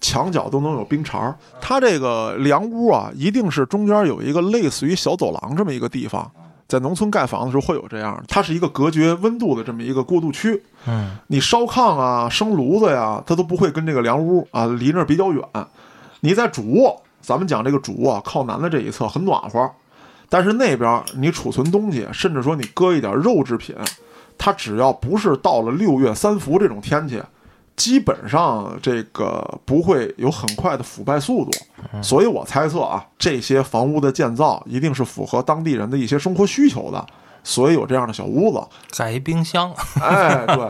墙角都能有冰碴儿。它这个凉屋啊，一定是中间有一个类似于小走廊这么一个地方。在农村盖房的时候会有这样，它是一个隔绝温度的这么一个过渡区。嗯，你烧炕啊、生炉子呀、它都不会跟这个凉屋啊离那儿比较远。你在主卧，咱们讲这个主卧靠南的这一侧很暖和，但是那边你储存东西，甚至说你搁一点肉制品，它只要不是到了六月三伏这种天气，基本上这个不会有很快的腐败速度。所以我猜测啊，这些房屋的建造一定是符合当地人的一些生活需求的，所以有这样的小屋子。盖一冰箱，哎，对，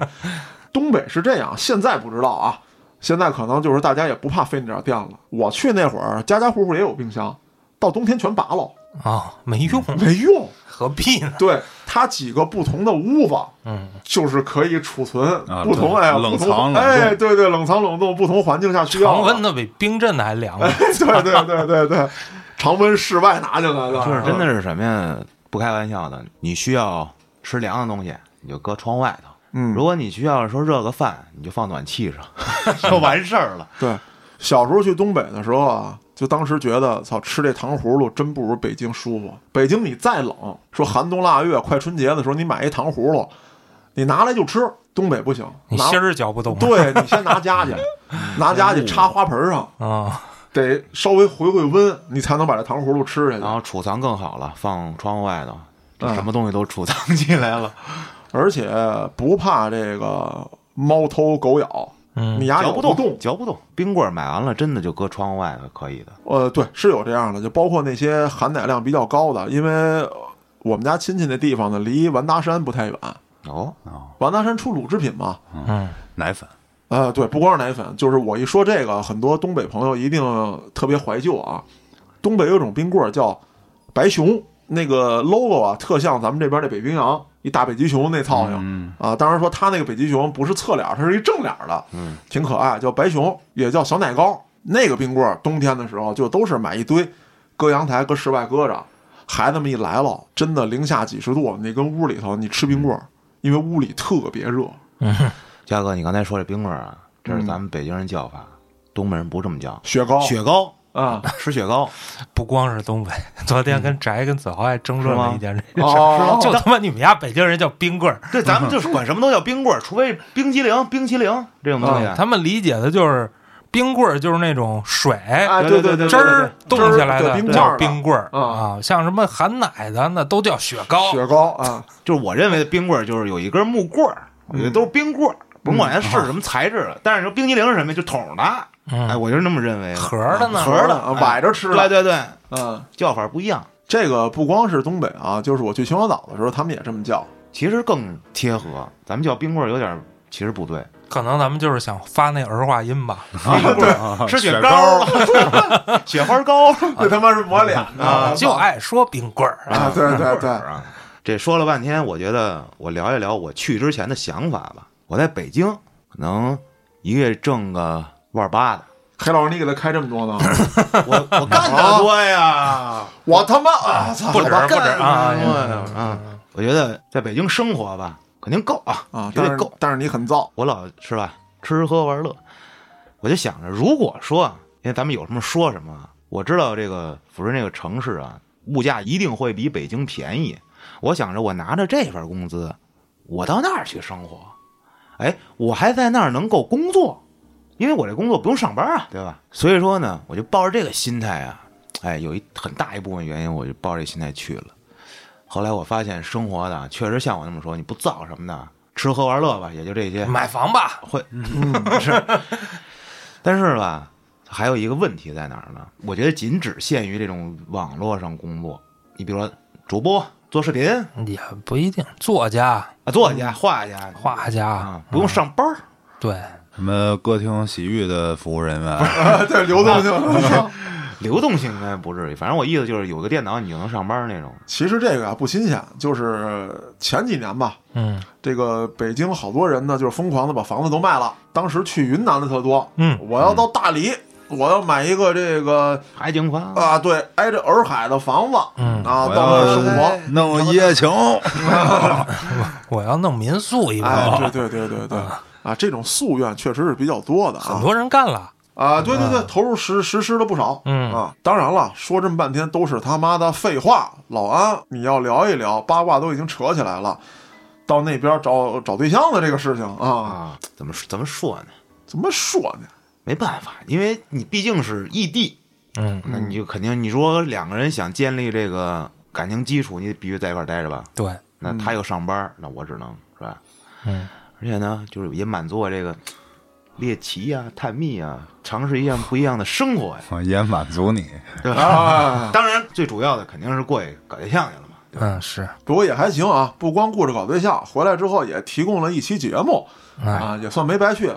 东北是这样，现在不知道啊，现在可能就是大家也不怕费那点电了。我去那会儿，家家户户也有冰箱，到冬天全拔了，啊，没用，没用。何必呢？对，它几个不同的屋子，嗯，就是可以储存啊不同对哎，冷不同藏冷冻哎，对对，冷藏冷冻，不同环境下 需要啊哎常的温。的比冰镇的还凉呢。 对对对对对，常温室外拿进来的，就是真的嗯。是什么呀？不开玩笑的，你需要吃凉的东西，你就搁窗外头。嗯如果你需要说热个饭，你就放暖气上。就完事儿了。对，小时候去东北的时候啊，就当时觉得，操，吃这糖葫芦真不如北京舒服。北京你再冷，说寒冬腊月、快春节的时候，你买一糖葫芦，你拿来就吃。东北不行，你拿心儿搅不动吗？对你先拿家 去，拿家去插花盆上，啊，得稍微回回温，你才能把这糖葫芦吃下去然。后储藏更好了，放窗户外头，嗯这什么东西都储藏进来 了，而且不怕这个猫偷狗咬，嗯你牙咬嚼不动动，。嚼不动。冰棍儿买完了，真的就搁窗户外头可以的。呃，对，是有这样的，就包括那些含奶量比较高的，因为呃我们家亲戚那地方呢，离完达山不太远，哦，哦，完达山出乳制品嘛。嗯， 奶粉，呃，对，不光是奶粉，就是我一说这个，很多东北朋友一定特别怀旧啊。东北有一种冰棍儿叫白熊，那个 logo 啊，特像咱们这边的北冰洋，一大北极熊那造型、嗯啊。当然说它那个北极熊不是侧脸，它是一正脸的，嗯，挺可爱，叫白熊，也叫小奶糕。那个冰棍儿冬天的时候就都是买一堆，搁阳台搁室外搁着，孩子们一来了，真的零下几十度，你跟屋里头你吃冰棍儿，因为屋里特别热，嘉哥，你刚才说这冰棍儿啊，这是嗯咱们北京人叫法，东北人不这么叫，雪糕雪 糕啊， 吃雪糕，不光是东北，昨天跟翟跟子豪还争论了一件 这事儿，嗯哦，就他妈你们家北京人叫冰棍儿，对，咱们就是管什么都叫冰棍儿，除非冰激凌、冰淇淋这种东西。啊他们理解的就是冰棍儿就是那种水啊，对对对，汁儿冻起来的的冰叫棍冰棍儿啊啊，像什么含奶的那都叫雪糕，雪糕啊，就是我认为的冰棍儿，就是有一根木棍儿，我觉得都是冰棍儿，甭管它是什么材质的。但是你说冰激凌是什么，就桶的，哎，嗯，我就是那么认为的。盒儿的呢盒儿的啊，崴着吃对的，对对，嗯，叫法不一样，这个不光是东北啊，就是我去秦皇岛的时候，他们也这么叫，其实更贴合。咱们叫冰棍儿有点儿，其实不对。可能咱们就是想发那儿化音吧，冰啊棍儿吃雪糕，雪花糕那他妈是抹脸的啊就爱说冰棍儿，啊，对对对， 啊。这说了半天，我觉得我聊一聊我去之前的想法吧。我在北京可能一个月挣个万八的，黑老师你给他开这么多呢？我我干得多呀，我他妈啊，操不止我不干止得啊，多呀啊！我觉得在北京生活吧，肯定够啊，啊！绝但对是够。但是你很燥，我老是吧，吃喝玩乐，我就想着，如果说，因为咱们有什么说什么啊，我知道这个抚顺这个城市啊，物价一定会比北京便宜。我想着，我拿着这份工资，我到那儿去生活，哎，我还在那儿能够工作，因为我这工作不用上班啊，对吧？所以说呢，我就抱着这个心态啊，哎，有一很大一部分原因，我就抱着这心态去了。后来我发现，生活的啊确实像我那么说，你不造什么的，吃喝玩乐吧，也就这些。买房吧，会是， 但是吧，还有一个问题在哪儿呢？我觉得仅只限于这种网络上工作，你比如说主播、做视频也不一定，作家、啊、作家、画家、嗯画家啊，，不用上班儿，对，什么歌厅洗浴的服务人员，对流动 性。流动性应该不至于。反正我意思就是，有个电脑你就能上班儿那种。其实这个啊不新鲜，就是前几年吧，嗯这个北京好多人呢，就是疯狂的把房子都卖了。当时去云南的特多，嗯，我要到大理，我要买一个这个海景房，呃啊，对，挨着洱海的房子，嗯啊，我到那儿要生活。弄一夜情，我要弄民宿一哎，波，对对对对对，啊，这种夙愿确实是比较多的很啊多人干了，啊，对对对，投入实实施了不少，嗯啊，当然了，说这么半天都是他妈的废话。老安，你要聊一聊八卦都已经扯起来了，到那边找找对象的这个事情啊，啊，怎么怎么说呢？怎么说呢？没办法，因为你毕竟是异地，嗯，那你就肯定你说两个人想建立这个感情基础，你必须在一块儿待着吧？对，那他又上班儿，那我只能是吧？嗯，而且呢，就是也满足我这个猎奇呀、探秘呀，尝试一样不一样的生活呀。我也满足你。对吧？啊，当然，最主要的肯定是过去搞对象去了嘛。嗯是，不过也还行啊，不光顾着搞对象，回来之后也提供了一期节目哎，啊，也算没白去。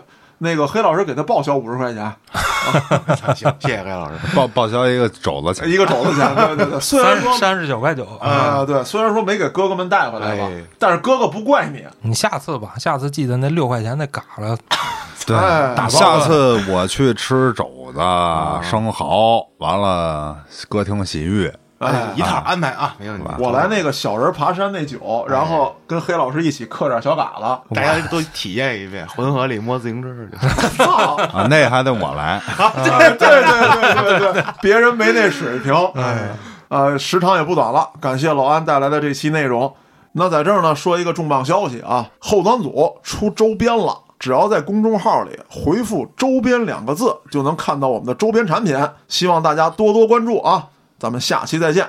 那个黑老师给他报销五十块钱， 行，谢谢黑老师。报报销一个肘子钱，一个肘子钱，对对对。虽然三说三十九嗯块九，啊，对，虽然说没给哥哥们带回来吧哎，但是哥哥不怪你，你下次吧，下次记得那六块钱那嘎了，对哎打包，下次我去吃肘子、啊生蚝，完了歌厅洗浴，哎一。套安排啊，没问题。我来那个小人爬山那酒，然后跟黑老师一起刻点小嘎了。大家都体验一 遍，浑河里摸自行车去。操！啊，那还得我来。 对对对对对对， 别人没那水平。哎，呃，时长也不短了，感谢老安带来的这期内容。那在这儿呢，说一个重磅消息啊，后端组出周边了，只要在公众号里回复“周边”两个字，就能看到我们的周边产品。希望大家多多关注啊，咱们下期再见，